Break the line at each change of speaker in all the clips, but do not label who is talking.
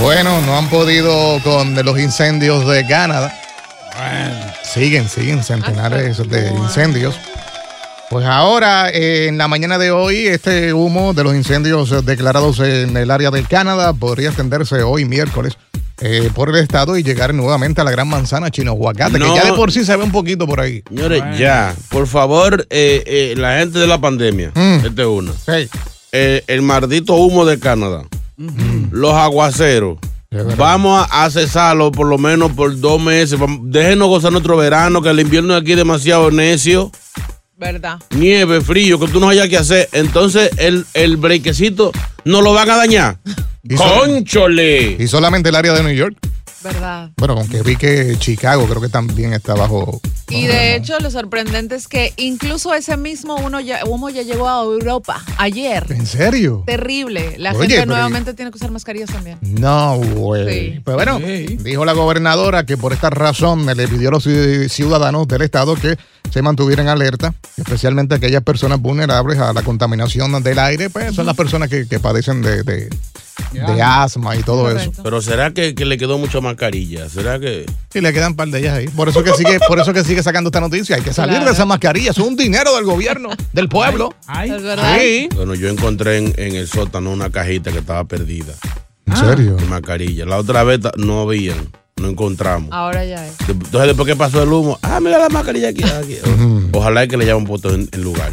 Bueno, no han podido con los incendios de Canadá. Siguen, siguen centenares de incendios. Pues ahora, eh, en la mañana de hoy, este humo de los incendios eh, declarados en el área de Canadá podría extenderse hoy miércoles eh, por el estado y llegar nuevamente a la Gran Manzana Chinohuacate,
No.
que ya de por sí se ve un poquito por ahí.
Señores, ya, por favor, eh, eh, la gente de la pandemia,
Mm.
esta es una.
Sí,
Eh, el maldito humo de Canadá,
Mm.
los aguaceros. Vamos a, a cesarlo por lo menos por dos meses. Vam- Déjenos gozar nuestro verano, que el invierno aquí es demasiado necio.
¿Verdad?
Nieve, frío, que tú no hayas que hacer. Entonces, el, el brequecito no lo van a dañar.
Y sol-
¡Cónchole!
y solamente el área de New York.
¿Verdad?
Bueno, aunque vi que Chicago creo que también está bajo.
Y de hecho, lo sorprendente es que incluso ese mismo uno ya, humo ya llegó a Europa ayer.
¿En serio?
Terrible. La
Oye,
gente
pero-
nuevamente tiene que usar mascarillas también.
No, güey.
Sí.
Pero bueno, dijo la gobernadora que por esta razón le pidió a los ci- ciudadanos del estado que se mantuvieran alerta, especialmente aquellas personas vulnerables a la contaminación del aire, pues son las personas que, que padecen de, de- de asma y todo eso.
Pero ¿será que, que le quedó mucha mascarilla? ¿Será que...?
Y le quedan un par de ellas ahí. Por eso que sigue, por eso que sigue sacando esta noticia. Hay que salir
Claro.
de esas mascarillas. Es un dinero del gobierno, del pueblo. Ah.
¿Es verdad?
Bueno, yo encontré en, en el sótano una cajita que estaba perdida
¿En serio?
de mascarilla. La otra vez ta- no habían, no encontramos.
Ahora ya es.
De- Entonces, después que pasó el humo, ah, mira la mascarilla aquí. aquí. Ojalá que le llamen puesto en el lugar.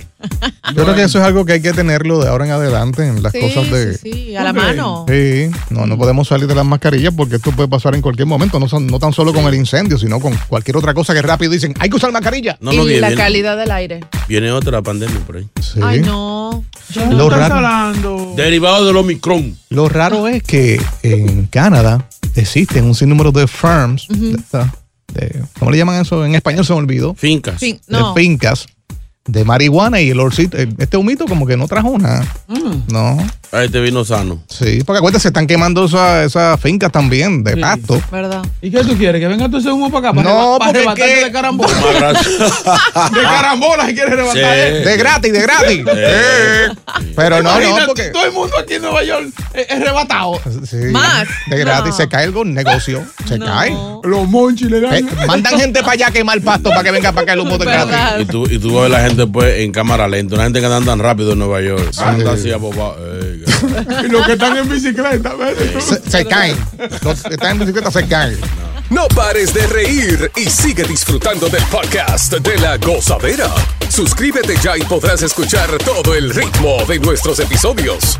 Yo creo que eso es algo que hay que tenerlo de ahora en adelante en las
Sí,
cosas de.
sí, sí, a la mano.
Sí, no, no podemos salir de las mascarillas porque esto puede pasar en cualquier momento, no, son- no tan solo con el incendio, sino con cualquier otra cosa que rápido dicen, hay que usar mascarilla.
No,
y
no,
la
viene, viene,
calidad del aire.
viene otra pandemia por ahí.
Sí.
Ay, no.
lo, raro,
Oh.
Derivado del Omicron.
lo raro es que en Canadá existen un sinnúmero de firms, de esta- de- ¿cómo le llaman eso? En español se me olvidó,
Fincas.
Fin- no.
de fincas de marihuana y el olorcito, el- este humito como que no trajo nada.
Mm.
No,
Ahí te este vino sano.
sí, porque acuérdate, se están quemando esa- esas fincas también de pasto.
¿Verdad?
¿Y qué tú quieres? ¿Que venga todo ese humo para acá?
No,
reba-
porque
arrebatarte
qué-
de carambola.
Más gracia.
De carambola si quieres
Sí.
rebatar.
De gratis, de gratis. Pero no, no,
Imagínate,
porque...
Todo el mundo aquí en Nueva York es, es rebatado.
Sí.
Más.
De gratis
No.
se cae el negocio. Se
No.
cae.
Los monchis le
Eh,
dan.
mandan gente para allá a quemar pasto para que venga para acá el humo de gratis.
¿Verdad?
Y tú, y tú vas a ver la gente pues, en cámara lenta. Una gente que anda tan rápido en Nueva York. Anda así abobado. Ey, qué-
Y los que están en bicicleta, ¿ves?
Se, se caen. Los que están en bicicleta se caen.
No pares de reír y sigue disfrutando del podcast de la gozadera. Suscríbete ya y podrás escuchar todo el ritmo de nuestros episodios.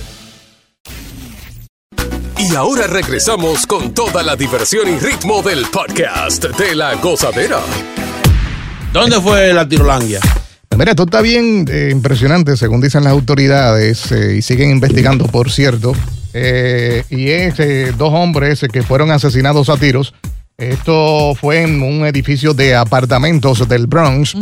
Y ahora regresamos con toda la diversión y ritmo del podcast de la gozadera.
¿Dónde fue la tirolandia?
Mira, esto está bien eh, impresionante, según dicen las autoridades, eh, y siguen investigando, por cierto. Eh, y es eh, dos hombres que fueron asesinados a tiros. Esto fue en un edificio de apartamentos del Bronx.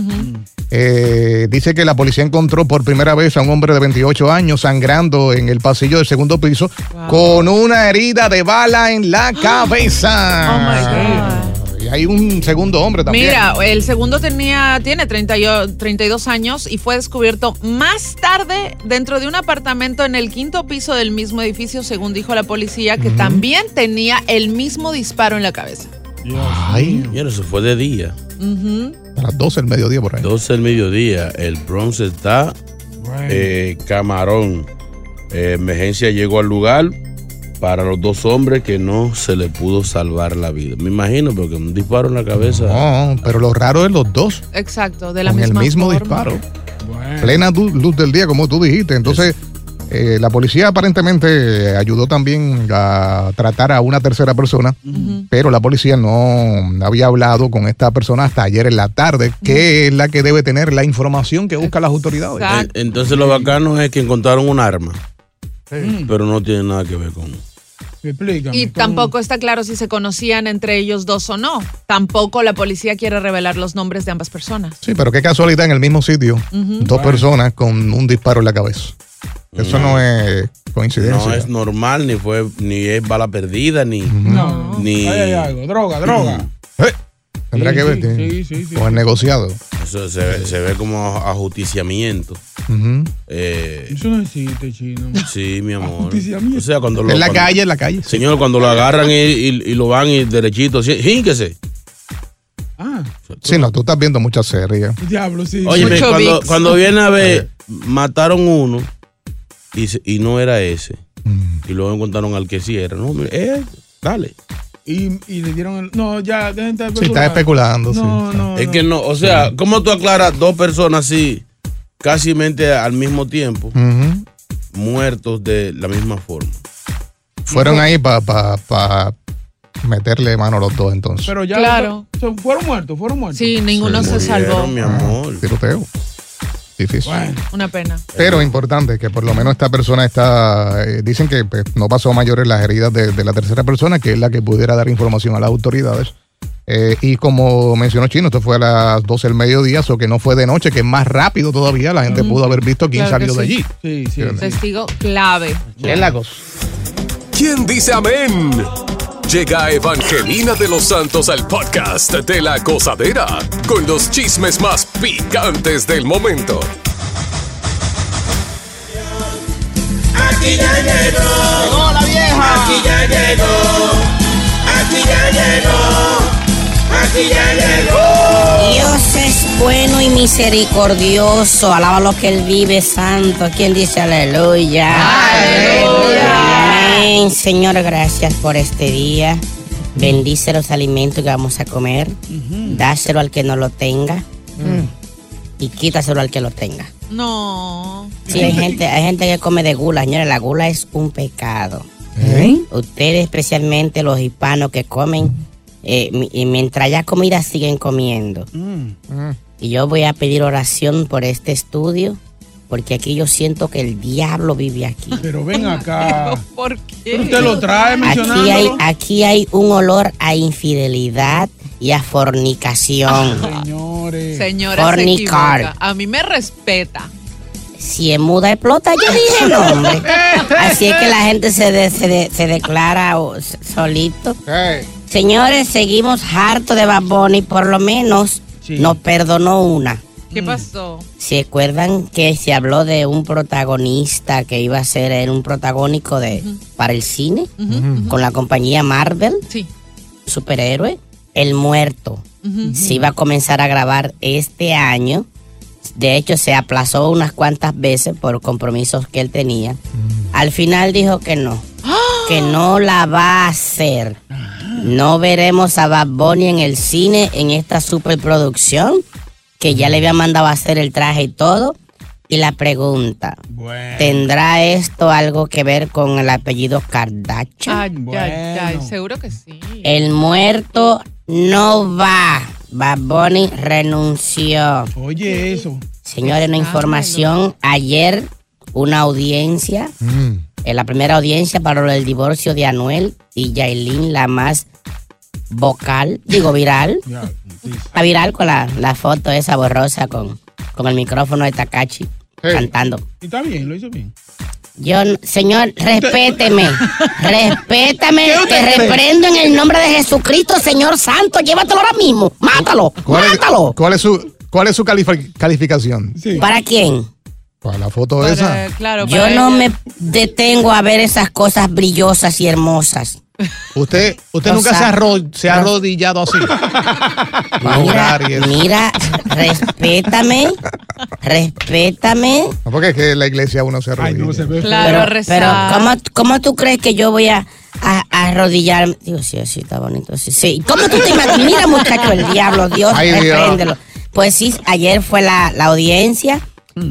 Eh, dice que la policía encontró por primera vez a un hombre de 28 años sangrando en el pasillo del segundo piso con una herida de bala en la cabeza. Y hay un segundo hombre también.
Mira, el segundo tenía, tiene 30 y o- 32 años y fue descubierto más tarde dentro de un apartamento en el quinto piso del mismo edificio, según dijo la policía, que también tenía el mismo disparo en la cabeza.
Ay. Mira, eso fue de día.
Ujú.
A las 12 del mediodía por ahí.
12 del mediodía. El Bronx está eh, camarón. Eh, emergencia llegó al lugar para los dos hombres que no se le pudo salvar la vida. Me imagino, porque un disparo en la cabeza.
Ah.
No, Oh, pero lo raro es los dos.
Exacto, de la
con el
misma
mismo
forma.
disparo. Plena du- luz del día, como tú dijiste. Entonces, eh, la policía aparentemente ayudó también a tratar a una tercera persona,
Mm.
pero la policía no había hablado con esta persona hasta ayer en la tarde, que
Mm.
es la que debe tener la información que buscan las autoridades.
En- Entonces lo bacano es que encontraron un arma,
Mm.
pero no tiene nada que ver con...
Y tampoco está claro si se conocían entre ellos dos o no. Tampoco la policía quiere revelar los nombres de ambas personas.
Sí, pero qué casualidad en el mismo sitio,
Ujú.
dos personas con un disparo en la cabeza. Eso no es coincidencia.
No es normal, ni fue, ni es bala perdida, ni... Ni... Mm.
Ahí hay algo. Droga, droga.
Eh, Tendrá
Sí,
que ver
sí,
tiene-
sí, sí, sí.
con el negociado.
Eso se ve, se ve como ajusticiamiento.
Ujú.
Eh,
Eso no existe, chino.
sí, mi amor. O sea, cuando lo,
En la
cuando-
calle, en la calle.
Señor, cuando lo agarran y, y- y lo van y derechito, sí, jínquese.
Sí, no, tú estás viendo muchas series.
Diablo, sí.
Oye,
Mucho
cuando,
Vicks.
cuando viene a ver, mataron uno y, se- y no era ese. Y luego encontraron al que sí era. No, mira, eh, dale.
Y, y le dieron el. No, ya, dejen de especular. No, no.
Es que no, o sea, ¿cómo tú aclaras dos personas así, casi mente al mismo tiempo,
Ujú.
muertos de la misma forma?
Fueron ahí para meterle mano los dos entonces.
Pero ya.
Claro.
fue- fueron muertos, fueron muertos.
Sí, ninguno se salvó.
mi amor.
Tiroteo. Difícil.
Una pena.
Pero importante que por lo menos esta persona está. eh, dicen que pues, no pasó mayores las heridas de, de la tercera persona, que es la que pudiera dar información a las autoridades. Eh, y como mencionó Chino, esto fue a las 12 del mediodía, o que no fue de noche, que es más rápido todavía. La gente pudo haber visto quién
Claro que
salió de
sí.
allí.
Sí,
Testigo clave.
¿Quién dice amén? Llega Evangelina de los Santos al podcast de la gozadera con los chismes más picantes del momento.
Aquí ya llegó. Llegó la vieja. Aquí ya llegó. Aquí ya llegó. Aquí ya llegó.
Dios es bueno y misericordioso. Alaba lo que Él vive, santo. Quien dice aleluya? Aleluya. Amén. Señor, gracias por este día. Bendice los alimentos que vamos a comer. Dáselo al que no lo tenga
Mm.
y quítaselo al que lo tenga.
No.
Sí, hay gente, hay gente que come de gula, señores. La gula es un pecado.
¿Eh?
Ustedes, especialmente los hispanos que comen, eh, mi- y mientras haya comida, siguen comiendo. Y yo voy a pedir oración por este estudio Porque aquí yo siento que el diablo vive aquí.
Pero ven acá.
¿Por qué?
Usted lo trae
Aquí hay,
mencionándolo.
aquí hay un olor a infidelidad y a fornicación.
Ah,
Señora, se
Fornicar.
equivoca. A mí me respeta.
Si es muda, explota. Yo dije el hombre.
Eh,
Así es que la gente se, de- se de- se declara o, s- solito.
eh,
Señores, seguimos harto de Bad Bunny, por lo menos nos perdonó una.
¿Qué pasó?
¿Se acuerdan que se habló de un protagonista que iba a ser él un protagónico de, pues, para el cine? Con la compañía Marvel.
Sí.
Superhéroe. El muerto.
Ujú.
Se iba a comenzar a grabar este año. De hecho, se aplazó unas cuantas veces por compromisos que él tenía. Al final dijo que no. Que no la va a hacer. No veremos a Bad Bunny en el cine en esta superproducción que ya le había mandado a hacer el traje y todo. Y la pregunta, ¿tendrá esto algo que ver con el apellido Kardashian?
Ay, ay, ay, seguro que sí.
El muerto no va. Bad Bunny renunció.
Oye, eso.
Señores, una información. Ayer, una audiencia, en la primera audiencia para el divorcio de Anuel y Yailin, la más vocal, digo viral. Está viral con la, la foto esa borrosa con, con el micrófono de Takachi cantando.
Y está bien, lo hizo bien.
Yo, no- señor, respéteme. respétame.
¿Qué usted
Te
cree?
reprendo en el nombre de Jesucristo, Señor Santo. Llévatelo ahora mismo. Mátalo.
¿Cuál es,
Mátalo.
cuál es su, cuál es su califi- calificación?
¿Para quién?
Para la foto esa.
Yo no me detengo a ver esas cosas brillosas y hermosas.
Usted, usted
O
nunca
sea,
se, arro- se ha arrodillado así.
Mira, mira, respétame. Respétame.
No, porque es que en la iglesia uno se arrodilla.
Pero- Pero, ¿cómo, cómo tú crees que yo voy a, a- a arrodillarme? Digo, sí, sí, está bonito. Sí, sí. ¿Cómo tú te imaginas? Mira, muchacho, el diablo, Dios,
Ay, Dios.
repréndelo. Pues sí, ayer fue la, la audiencia.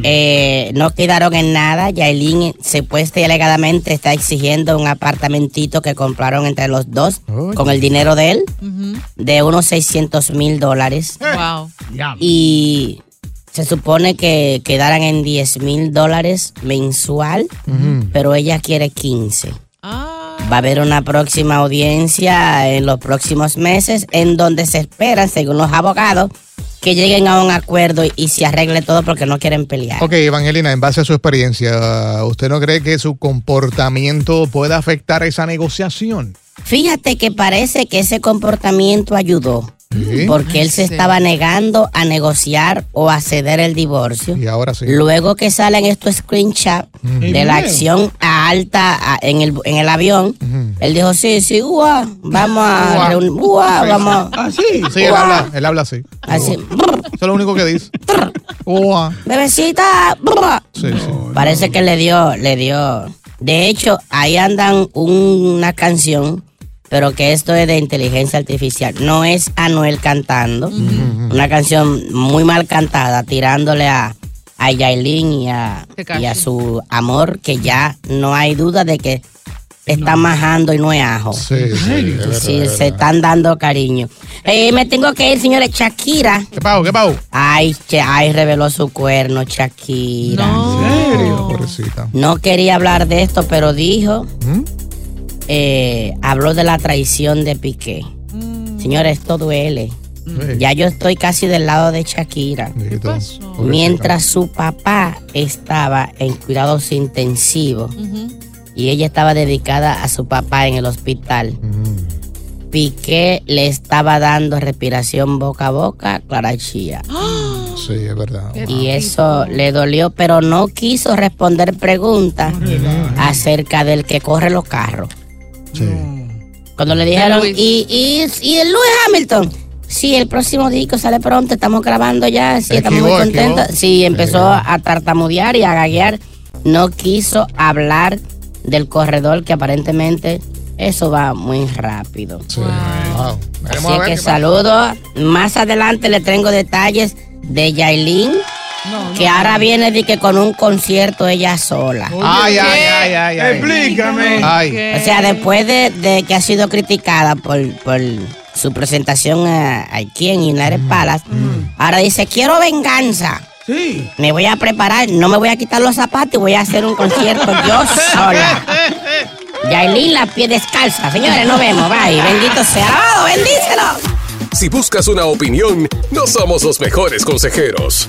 eh, no quedaron en nada. Yailin supuesta y alegadamente está exigiendo un apartamentito que compraron entre los dos con el dinero de él, de unos 600 mil dólares.
Wow.
Y se supone que quedaran en 10 mil dólares mensual, pero ella quiere 15.
Ah,
Va a haber una próxima audiencia en los próximos meses en donde se esperan, según los abogados, que lleguen a un acuerdo y- y se arregle todo porque no quieren pelear.
Ok, Evangelina, en base a su experiencia, ¿usted no cree que su comportamiento pueda afectar esa negociación?
Fíjate que parece que ese comportamiento ayudó. Porque él se estaba negando a negociar o a ceder el divorcio.
Y ahora sí.
Luego que salen estos screenshots
Mm.
de
Bien.
la acción a alta a- en, el, en el avión, él dijo, sí, sí, uah, vamos a
Uah.
reunir, uah,
Sí.
vamos a...
Ah, sí. Sí, él
Uah.
habla, él habla así.
Así.
Eso es lo único que dice. Uah.
Bebecita, brr".
Sí, sí.
Parece que le dio, le dio. De hecho, ahí andan una canción, pero que esto es de inteligencia artificial. No es Anuel cantando. Una canción muy mal cantada, tirándole a, a Yailin y a,
Tekashi.
y a su amor, que ya no hay duda de que está majando y no es ajo.
Sí, sí, es verdad,
Sí,
es
se están dando cariño. Eh, me tengo que ir, señores. Shakira.
¿Qué pau? ¿Qué pau?
Ay, che, ay, reveló su cuerno, Shakira.
¿En serio? Pobrecita.
No Mm, quería hablar de esto, pero dijo,
¿Mm?
eh, habló de la traición de Piqué. Señores, esto duele. Ya yo estoy casi del lado de Shakira. Mientras su papá estaba en cuidados intensivos y ella estaba dedicada a su papá en el hospital. Piqué le estaba dando respiración boca a boca a Clara Chía.
Sí, es verdad.
Y eso le dolió, pero no quiso responder preguntas acerca del que corre los carros. Cuando le dijeron, y, y, y el Lewis Hamilton, sí, el próximo disco sale pronto, estamos grabando ya, sí, estamos muy
Esquivó,
contentos.
esquivó.
Sí, empezó a tartamudear y a gaguear. No quiso hablar del corredor que aparentemente eso va muy rápido.
Wow.
Así
Veremos a ver
que
qué pasa.
saludo. Más adelante le tengo detalles de Yailin, que ahora viene de que con un concierto ella sola.
Ay, ay, ay, ay, ay.
Explícame.
Ay.
O sea, después de, de que ha sido criticada por, por su presentación a- aquí en United Palace, ahora dice, quiero venganza. Sí. Me voy a preparar, no me voy a quitar los zapatos y voy a hacer un concierto yo sola. Yailin, la pie descalza. Señores, nos vemos. Bye. Bendito sea. ¡Oh, bendícelo!
Si buscas una opinión, no somos los mejores consejeros.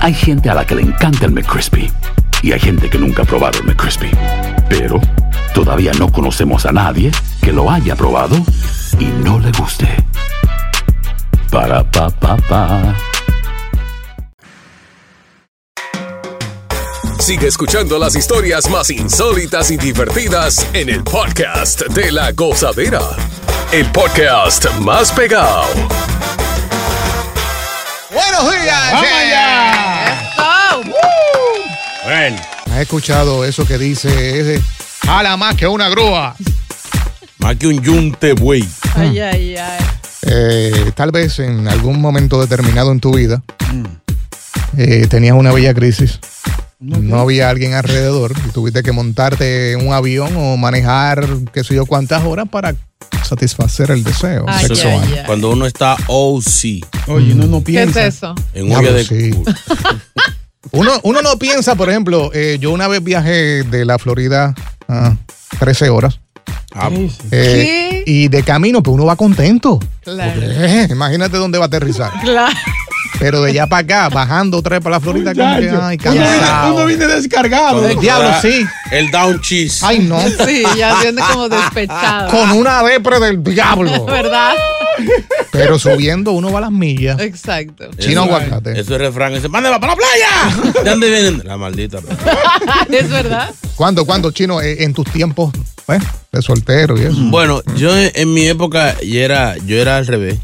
Hay gente a la que le encanta el McCrispy y hay gente que nunca ha probado el McCrispy. Pero todavía no conocemos a nadie que lo haya probado y no le guste. Para pa pa pa.
Sigue escuchando las historias más insólitas y divertidas en el podcast de la gozadera. El podcast más pegado.
Buenos días.
¡Vamos
Bueno. ¿Has escuchado eso que dice ese? Jala más que una grúa.
Más que un yunte, güey.
Ay, ay, ay.
Eh, tal vez en algún momento determinado en tu vida eh, tenías una bella crisis. No había alguien alrededor y tuviste que montarte en un avión o manejar qué sé yo cuántas horas para satisfacer el deseo
Ay,
sexual.
ay, ay. Cuando uno está OC.
Oye, uno no
¿Qué es
piensa.
eso?
En olla de
Uno, uno no piensa, por ejemplo, eh, yo una vez viajé de la Florida a 13 horas.
Ah,
Eh, Y de camino, pues uno va contento. Eh, imagínate dónde va a aterrizar.
Claro.
Pero de allá para acá, bajando otra vez para la Florida, como que, ay,
Uno viene-
cansado.
uno viene descargado.
El diablo, sí.
El down cheese.
Ay, no.
Sí, ya viene como despechado.
Con una depre del diablo.
¿Verdad?
Pero subiendo uno va a las millas.
Exacto.
Chino aguacate.
Eso es refrán. Ese, ¡Mándela para la playa! ¿De dónde vienen? La maldita. playa.
es verdad.
¿Cuándo, cuándo, Chino? eh, En tus tiempos eh, de soltero y eso.
Bueno, yo en, en mi época yo era, yo era al revés.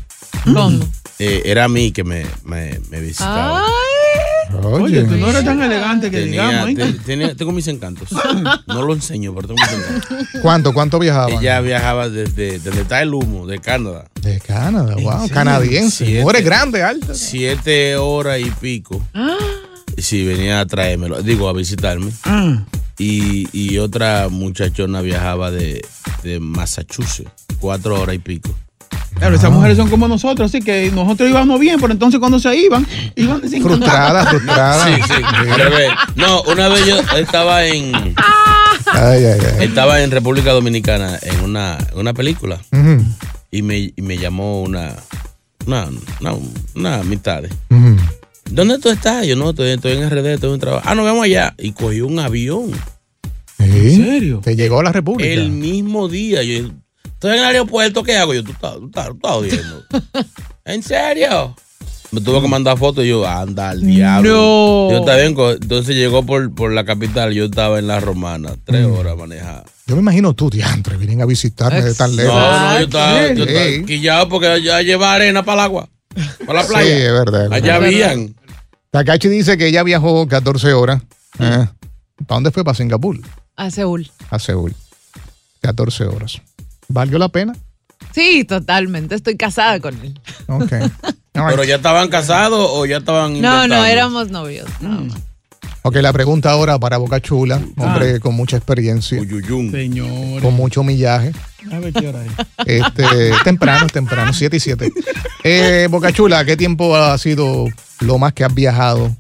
¿Cómo?
Eh, era a mí que me, me, me visitaba.
Ah.
Oye, tú no eres tan elegante que
Tenía-
digamos, ¿eh?
te- tenía- tengo mis encantos. No lo enseño, pero tengo mis encantos.
¿Cuánto, cuánto viajaba?
Ella viajaba desde donde está el humo, de Canadá.
De Canadá, wow,
serio?
canadiense.
Siete.
Mujeres grandes, altas.
Siete horas y pico. Y si venía a traérmelo, digo, a visitarme. Y, y otra muchachona viajaba de, de Massachusetts, cuatro horas y pico.
Claro, esas mujeres son como nosotros, así que nosotros íbamos bien, pero entonces cuando se iban, iban sin
Frustradas, frustradas.
Sí, sí. al revés. No, una vez yo estaba en. Estaba en República Dominicana en una, en una película
Ujú,
y me, y me llamó una, una, una, una amistad.
ujú.
¿Dónde tú estás? Yo no, estoy, estoy en RD, estoy en un trabajo. Ah, nos vemos allá. Y cogió un avión.
¿En serio? Te llegó a la República.
El mismo día. Yo, estoy en el aeropuerto, ¿qué hago? Yo, tú estás, tú estás, tú estás jodiendo. ¿En serio? Me tuvo que mandar fotos y yo, anda al diablo.
No.
Yo también, co- entonces llegó por, por la capital, yo estaba en la romana, tres horas manejada.
Yo me imagino tú, diantre, vienen a visitarme de tan lejos.
No, no, yo estaba, yo
Sí,
estaba quillado porque allá lleva arena para el agua, para la
Sí,
playa.
es verdad. es
Allá
verdad.
habían.
Takachi dice que ella viajó 14 horas. eh. ¿Para dónde fue? Para Singapur,
A Seúl.
a Seúl. 14 horas. ¿Valió la pena?
Sí, totalmente. Estoy casada con él.
Ok.
Pero ya estaban casados o ya estaban.
No,
inventando?
no, éramos novios. nada más.
Ok, la pregunta ahora para Boca Chula,
Ah.
hombre con mucha experiencia,
Señor.
con mucho millaje.
A ver qué hora es.
Este, temprano, temprano, 7 y 7. Eh, Bocachula, ¿qué tiempo ha sido lo más que has viajado?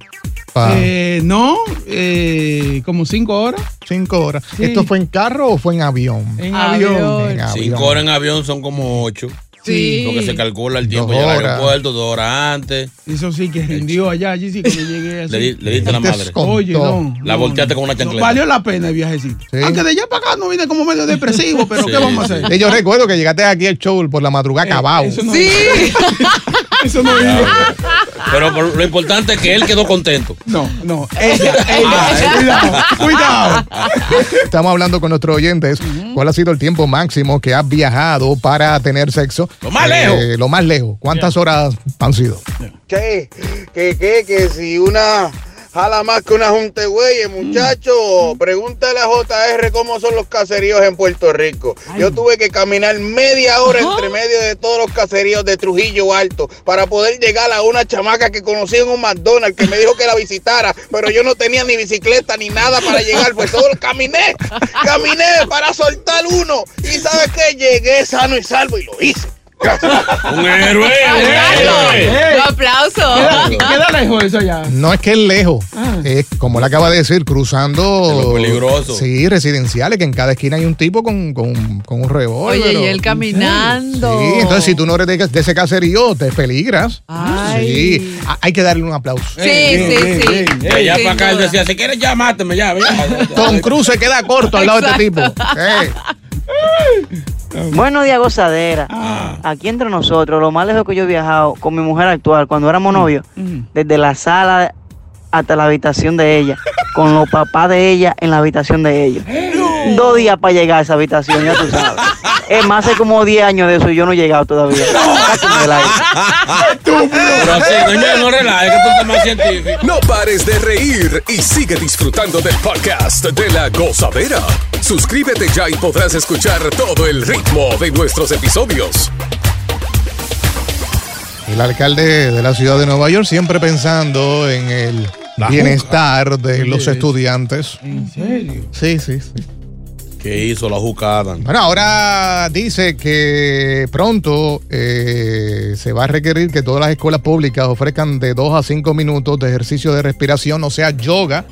Pa-
Eh, no, eh, como cinco horas.
Cinco horas. ¿Esto fue en carro o fue en avión?
En avión.
En avión.
Cinco horas en avión son como ocho.
Sí.
Porque se calcula el tiempo
Dos
ya al
horas.
aeropuerto, dos horas antes.
Eso sí que rindió allá, allí sí, cuando llegué así.
Le, di- le diste la madre.
Oye, no.
La volteaste con una chancleta.
Valió la pena el viajecito. Aunque de allá para acá no vine como medio depresivo, pero
Sí,
¿qué vamos a hacer?
Y yo recuerdo
Eh,
que llegaste aquí al show por la madrugada acabado.
Eso no, sí. eso no iba.
Pero por- lo importante es que él quedó contento.
No, no, ella, ella. cuidado, cuidado.
Estamos hablando con nuestros oyentes. ¿Cuál ha sido el tiempo máximo que has viajado para tener sexo? Eh,
Lo más lejos.
Lo más lejos. ¿Cuántas horas han sido?
Che, que, que, que si una jala más que una junta de güeyes, muchacho, Oh, pregúntale a JR cómo son los caseríos en Puerto Rico. Yo tuve que caminar media hora entre medio de todos los caseríos de Trujillo Alto para poder llegar a una chamaca que conocí en un McDonald's que me dijo que la visitara, pero yo no tenía ni bicicleta ni nada para llegar, pues todo lo caminé, caminé para soltar uno y sabes qué, llegué sano y salvo y lo hice.
Un héroe.
Un aplauso.
Queda lejos eso ya.
No es que es lejos,
Ah.
es como él acaba de decir, cruzando.
lo peligroso.
Sí, residenciales, que en cada esquina hay un tipo con, con- con un revólver.
Oye, y
o-
él caminando.
Sí, entonces si tú no eres de, de ese caserío, te peligras. Sí, a- hay que darle un aplauso.
Sí, sí, sí.
De allá
Sin
para acá él
duda.
decía, si quieres ya mátame, ya. ven".
Tom Cruise se queda corto al lado de este tipo.
Exacto.
Eh.
Bueno, día gozadera. Aquí entre nosotros, lo más lejos que yo he viajado con mi mujer actual, cuando éramos novios, desde la sala hasta la habitación de ella, con los papás de ella en la habitación de ellos. Dos días para llegar a esa habitación, ya tú sabes. Es más, hace como 10 años de eso y yo no he llegado todavía. Sáquenme del aire.
Pero así, no, no relajes, que tú estás más científico.
No pares de reír y sigue disfrutando del podcast de la gozadera. Suscríbete ya y podrás escuchar todo el ritmo de nuestros episodios.
El alcalde de la ciudad de Nueva York siempre pensando en el
La
bienestar de los
Sí.
estudiantes.
¿En serio?
Sí, sí, sí.
¿Qué hizo la jucada?
Bueno, ahora dice que pronto eh, se va a requerir que todas las escuelas públicas ofrezcan de 2 a 5 minutos de ejercicio de respiración, o sea, yoga,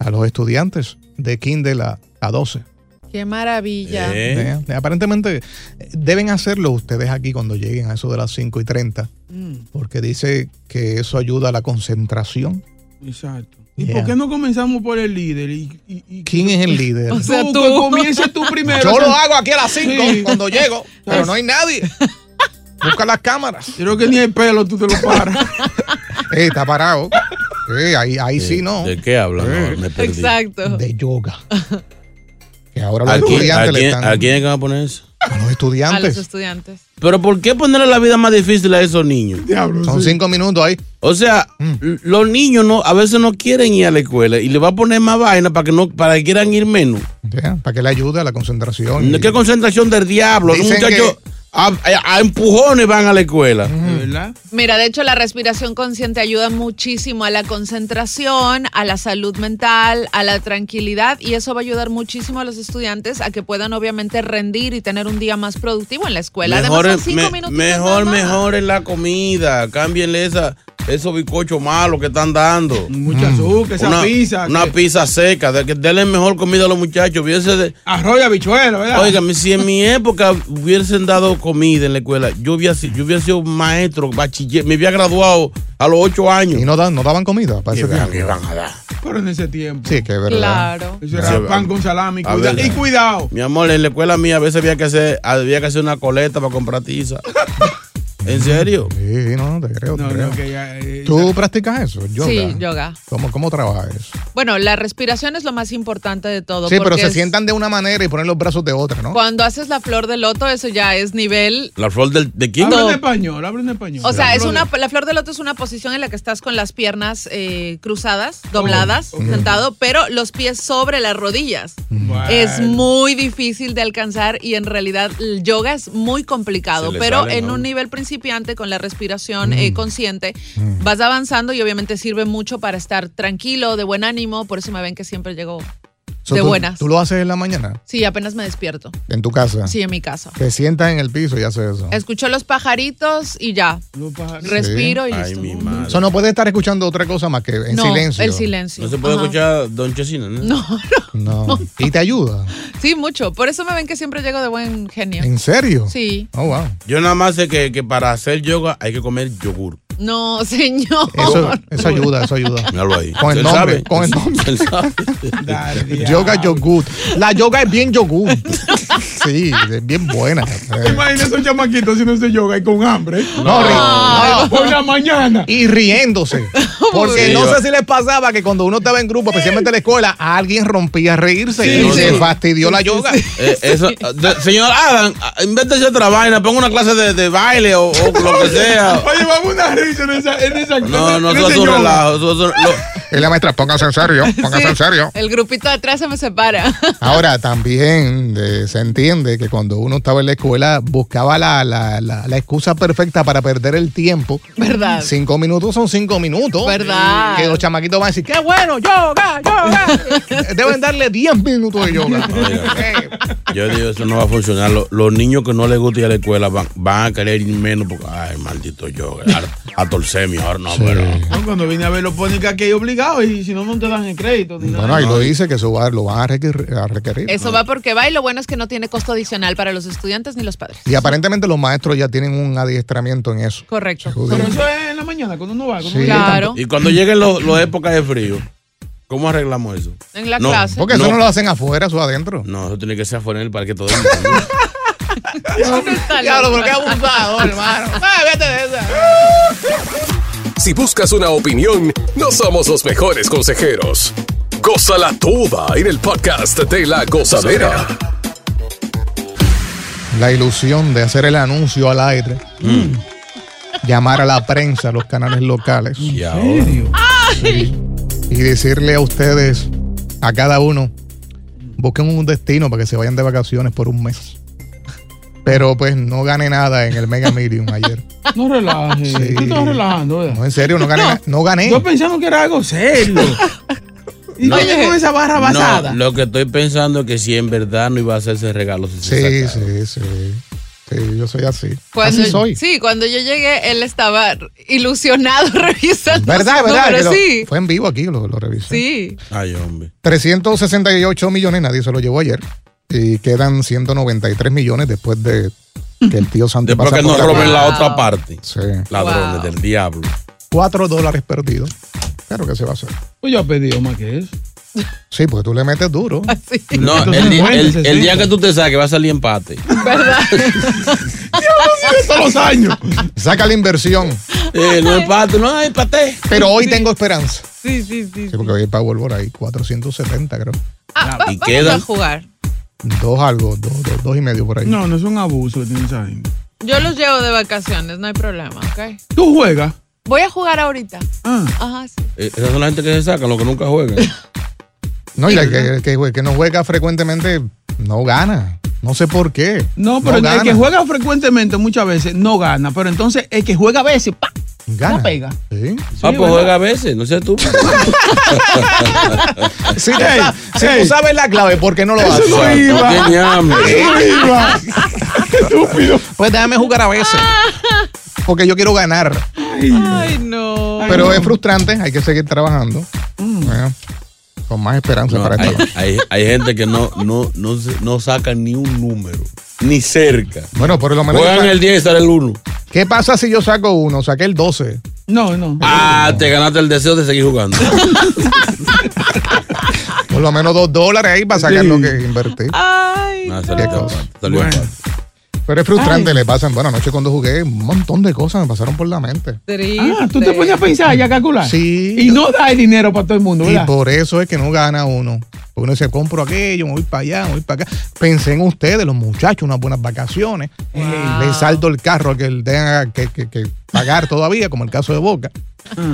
a los estudiantes de Kindle a, a 12.
Qué maravilla.
Eh,
Vean, Aparentemente eh, deben hacerlo ustedes aquí cuando lleguen a eso de las 5 y 30, porque dice que eso ayuda a la concentración.
Exacto. ¿Y
Yeah.
por qué no comenzamos por el líder? ¿Y, y- y-
¿Quién es el líder?
tú, que comiences tú primero.
Yo
O sea,
lo hago aquí a las 5
Sí.
cuando llego, pero no hay nadie. Busca las cámaras.
Creo que ni el pelo tú te lo paras.
Eh, está parado. Eh, ahí ahí sí, no. Eh.
¿De qué hablan? No, me perdí.
Exacto.
De yoga. Que ahora los
¿A quién,
estudiantes
a
le
quién-
están.
a quién es que van a poner eso?
A los
A los
estudiantes.
estudiantes.
Pero ¿por qué ponerle la vida más difícil a esos niños?
Son cinco minutos ahí.
O sea,
Mm.
l- los niños no, a veces no quieren ir a la escuela y le va a poner más vaina para que no, para que quieran ir menos.
Ya, Para que le ayude a la concentración.
No, ¿Qué concentración del diablo? Los
Dicen
muchachos a, a- a empujones van a la escuela.
Mira, de hecho la respiración consciente ayuda muchísimo a la concentración, a la salud mental, a la tranquilidad y eso va a ayudar muchísimo a los estudiantes a que puedan obviamente rendir y tener un día más productivo en la escuela.
Mejor,
Además, son cinco
me-
minutos.
mejor, mejoren la comida. Cámbienle esa, esos bizcochos malos que están dando.
Mucha azúcar, esa
una,
pizza.
Una pizza seca. De, que denle mejor comida a los muchachos. Hubiese de-
Arroz y habichuela, ¿verdad?
Óigame, si en mi época hubiesen dado comida en la escuela, yo hubiera, sido- yo hubiera sido maestro, bachiller, me hubiera graduado a los ocho años.
Y no, dan- no daban comida para ese tiempo.
Pero en ese tiempo.
Sí, que es verdad.
Claro. Eso era
Sí,
pan con salami.
a
cuida-
ver.
y cuidado.
Mi amor, en la escuela mía a veces había que hacer, había que hacer una coleta para comprar tiza. ¿En serio?
Sí, no, te creo. te
No,
creo.
no, que ya, eh,
¿Tú practicas eso? Yoga.
Sí, yoga.
¿Cómo, cómo trabajas eso?
Bueno, la respiración es lo más importante de todo.
Sí, pero
porque es-
se
Pues,
sientan de una manera y ponen los brazos de otra, ¿no?
Cuando haces la flor de loto, eso ya es nivel
¿La flor del, de quién?
Habla en español, habla en español.
O sea, es
Habla-
una, la flor del loto es una posición en la que estás con las piernas eh, cruzadas, dobladas,
ok.
sentado, pero los pies sobre las rodillas.
Bueno.
Es muy difícil de alcanzar y en realidad el yoga es muy complicado,
Se le
pero
sale,
en
¿no? Mm.
un nivel principiante con la respiración eh, consciente vas avanzando y obviamente sirve mucho para estar tranquilo, de buen ánimo, por eso me ven que siempre llego
So,
de
tú-
buenas.
¿Tú lo haces en la mañana?
Sí, apenas me despierto.
¿En tu
Ah.
casa?
Sí, en mi casa.
Te sientas en el piso y haces eso.
Escucho los pajaritos y ya. Respiro y
Ay,
listo.
mi madre.
Eso no puede estar escuchando otra cosa más que en
no,
silencio.
el silencio.
No se puede
Ajá.
escuchar Don Chesina, ¿no?
No,
No. Y te ayuda.
Sí, mucho. Por eso me ven que siempre llego de buen genio.
¿En serio?
Sí.
Oh, wow.
Yo nada más sé que, que para hacer yoga hay que comer yogur.
No, señor.
Eso, eso ayuda, eso ayuda.
Míralo ahí.
Con el
Él
nombre,
sabe.
con el nombre.
Él sabe.
Yoga yogur. La yoga es bien yogur. Sí, es bien buena.
Imagínese un chamaquito haciendo ese yoga y con hambre.
No, ri- no.
Por la mañana.
Y riéndose. Porque
Sí,
no
va.
sé si les pasaba que cuando uno estaba en grupo, especialmente en la escuela, alguien rompía a reírse
Sí,
y
sí.
se fastidió la yoga.
Eh, eso, de- señor Adam, invéntese otra vaina, ponga una clase de, de baile o, o lo que sea.
Oye, vamos a una risa en esa, en esa
No, no,
en
eso es
ese
un
yoga.
relajo. eso es un- lo-
Y la maestra, póngase en serio, póngase en serio.
El grupito de atrás se me separa.
Ahora, también eh, se entiende que cuando uno estaba en la escuela, buscaba la, la- la- la excusa perfecta para perder el tiempo.
¿Verdad?
Cinco minutos son cinco minutos.
¿Verdad?
Que los chamaquitos van a decir, qué bueno, yoga, yoga. Deben darle diez minutos de yoga. Eh,
Yo digo, eso no va a funcionar. Lo- los niños que no les gusta ir a la escuela van, van a querer ir menos porque, ay, maldito yo, a, a torcerme, ahora no, pero.
No, Cuando vine a ver los pónicas que hay obligado y si no, no te dan el crédito. ni
Bueno,
nada.
ahí lo dice que eso va- lo van a requerir. a requerir.
Eso va porque va y lo bueno es que no tiene costo adicional para los estudiantes ni los padres.
Y aparentemente los maestros ya tienen un adiestramiento en eso.
Correcto.
Pero eso es en la mañana cuando uno va. cuando uno-
Claro.
Y cuando lleguen los- las épocas de frío, ¿cómo arreglamos eso?
En la
No,
clase.
Porque eso no lo hacen afuera, eso adentro.
No, eso tiene que ser afuera en el parque todo el mundo.
Diablo, pero qué abusado, hermano. Ah, vete de esa.
Si buscas una opinión, no somos los mejores consejeros. Cosa la tuba en el podcast de la gozadera.
La ilusión de hacer el anuncio al aire.
Mm.
Llamar a la prensa, a los canales locales. Y decirle a ustedes, a cada uno, busquen un destino para que se vayan de vacaciones por un mes. Pero pues no gané nada en el Mega Medium ayer.
No relajes.
Sí.
Tú estás relajando, ¿verdad?
No, en serio, no gané. na- No gané.
Yo pensando que era algo serio. Y
No.
viene con esa barra basada.
No, lo que estoy pensando es que si en verdad no iba a hacerse regalo.
Sí, sí, sí. Sí, yo soy así.
Cuando,
así soy.
Sí, cuando yo llegué, él estaba ilusionado revisando.
¿Verdad,
sus
verdad? que
números.
lo-
sí,
Fue en vivo aquí, lo, lo revisé.
sí.
Ay, hombre.
368 millones, nadie se lo llevó ayer. Y quedan 193 millones después de que el tío Santo
Después que
pasa
nos
por acá.
roben la otra parte.
Sí.
Ladrones del diablo.
4 dólares perdidos. Claro que se va a hacer.
Pues yo he pedido más que eso.
Sí, porque tú le metes duro.
No, el, di- el- el día que tú te saques va a salir empate.
todos los años.
Saca la inversión.
Eh, no empate, no empate.
Pero hoy tengo esperanza.
Sí, sí, sí.
Sí, porque hoy el Powerball por ahí, 470 creo.
Ah, va-
¿Y
vamos
quedan?
a jugar.
Dos algo, dos, dos, dos y medio por ahí.
No, no es un abuso que tiene esa gente.
Yo los llevo de vacaciones, no hay problema, ¿ok?
Tú juegas.
Voy a jugar ahorita.
Ah.
Ajá, sí.
Eh, Esas son la gente que se sacan, los que nunca juegan.
No, y la que, que, jue- que no juega frecuentemente no gana. No sé por qué.
No, pero el
gana.
que juega frecuentemente muchas veces no gana. Pero entonces el que juega a veces, ¡pa!
Gana.
La pega.
Sí.
ah, pues
¿verdad?
juega a veces, no sé tú.
Si, tú sa- si tú sabes la clave, ¿por qué no lo
Eso
haces?
no iba. Qué ñame.
Eso no iba.
Estúpido. Pues déjame jugar a veces. Porque yo quiero ganar.
Ay, no.
Pero es frustrante, hay que seguir trabajando. Bueno, con más esperanza
No,
para
hay,
esto.
hay- hay gente que no, no, no, se- no saca ni un número, ni cerca.
Bueno, por lo menos.
Juegan el 10 y sale el 1.
¿Qué pasa si yo saco uno? Saqué el 12.
No, no.
Ah, te ganaste el deseo de seguir jugando.
Por lo menos dos dólares ahí para sacar
Sí.
lo que invertí.
No, Ah, salió empate, salió empate.
Pero es frustrante, le pasan. Bueno, anoche cuando jugué, un montón de cosas me pasaron por la mente.
Ah, tú
este.
te pones a pensar y a calcular.
Sí.
Y no da el dinero para todo el mundo,
Y
¿verdad?
por eso es que no gana uno. Uno dice, compro aquello, me voy para allá, me voy para acá. Pensé en ustedes, los muchachos, unas buenas vacaciones. Eh, Le salto el carro al que le tenga que, que- que pagar todavía, como el caso de Boca.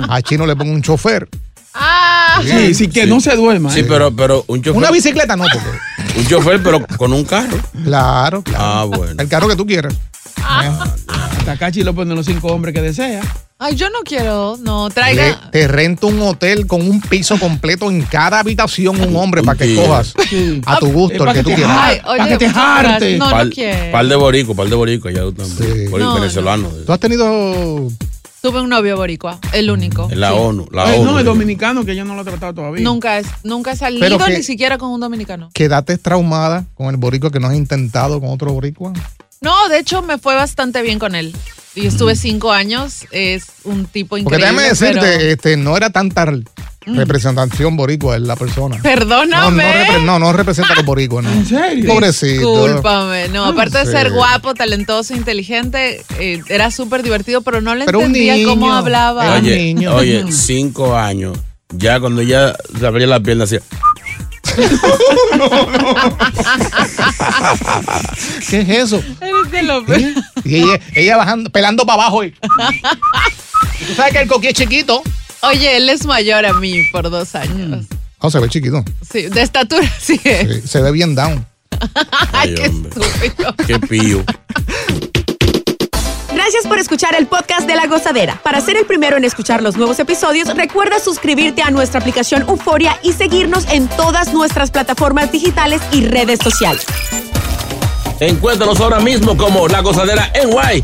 A Chino le pongo un chofer.
Ah,
Sí, sí, que no se duerma.
Sí,
¿eh?
pero, pero un chofer.
Una bicicleta no, porque.
Un chofer, pero con un carro.
Claro, claro.
Ah, bueno.
El carro que tú quieras. Eh,
Takashi lo pone los cinco hombres que desea.
Ay, yo no quiero, no,
Le-
traiga.
te rento un hotel con un piso completo en cada habitación, un hombre, para que
Sí.
cojas a tu gusto el que tú quieras.
Ay, oye,
Para que te
muchas
jarte.
gracias. No,
Pal,
no quiero.
pal de borico, pal de borico, ya tú también. Borico
No,
venezolano.
¿Tú has tenido
Tuve un novio boricua, el único.
La ONU, la
Ay,
ONU.
no, el dominicano que yo no lo he tratado todavía.
Nunca, es, nunca he
Pero
salido
que-
ni siquiera con un dominicano.
quedate traumada con el boricua que no has intentado con otro boricua?
No, de hecho me fue bastante bien con él. Y estuve cinco años, es un tipo
Porque
increíble.
déjame decirte,
pero- Mm.
este, no era tan tar- Representación boricua es la persona.
eh,
No, no,
Perdóname.
repre- no, no representa los boricuas. No. ¿En serio? Pobrecito.
Discúlpame. No, aparte de
sí.
ser guapo, talentoso, inteligente, eh, era súper divertido, pero no le
Pero un
entendía cómo
niño.
hablaba.
Oye, oye, cinco años. Ya cuando ya se abría la pierna hacía.
¿Qué es eso?
Eres de lo peor.
Y ella, ella bajando, pelando para abajo. y- Tú sabes que el coquí es chiquito.
Oye, él es mayor a mí por dos años.
No, se ve chiquito.
Sí, de estatura, sí.
Mm. Sí, Se ve bien down.
Ay, qué estúpido.
Qué pío.
Gracias por escuchar el podcast de La Gozadera. Para ser el primero en escuchar los nuevos episodios, recuerda suscribirte a nuestra aplicación Euforia y seguirnos en todas nuestras plataformas digitales y redes sociales.
Encuéntranos ahora mismo como La Gozadera en Guay.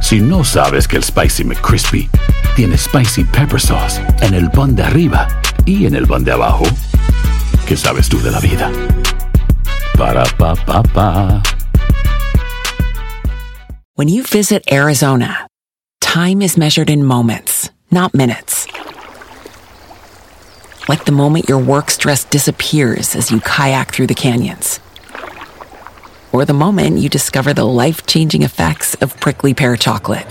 Si no sabes que el Spicy McCrispy tiene Spicy Pepper Sauce en el pan de arriba y en el pan de abajo, ¿qué sabes tú de la vida? Para, pa, pa, pa.
When you visit Arizona, time is measured in moments, not minutes. Like the moment your work stress disappears as you kayak through the canyons, or the moment you discover the life changing effects of prickly pear chocolate.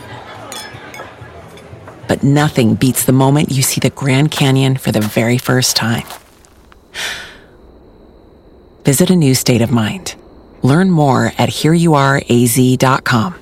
But nothing beats the moment you see the Grand Canyon for the very first time. Visit a new state of mind. Learn more at hereyouareaz.com.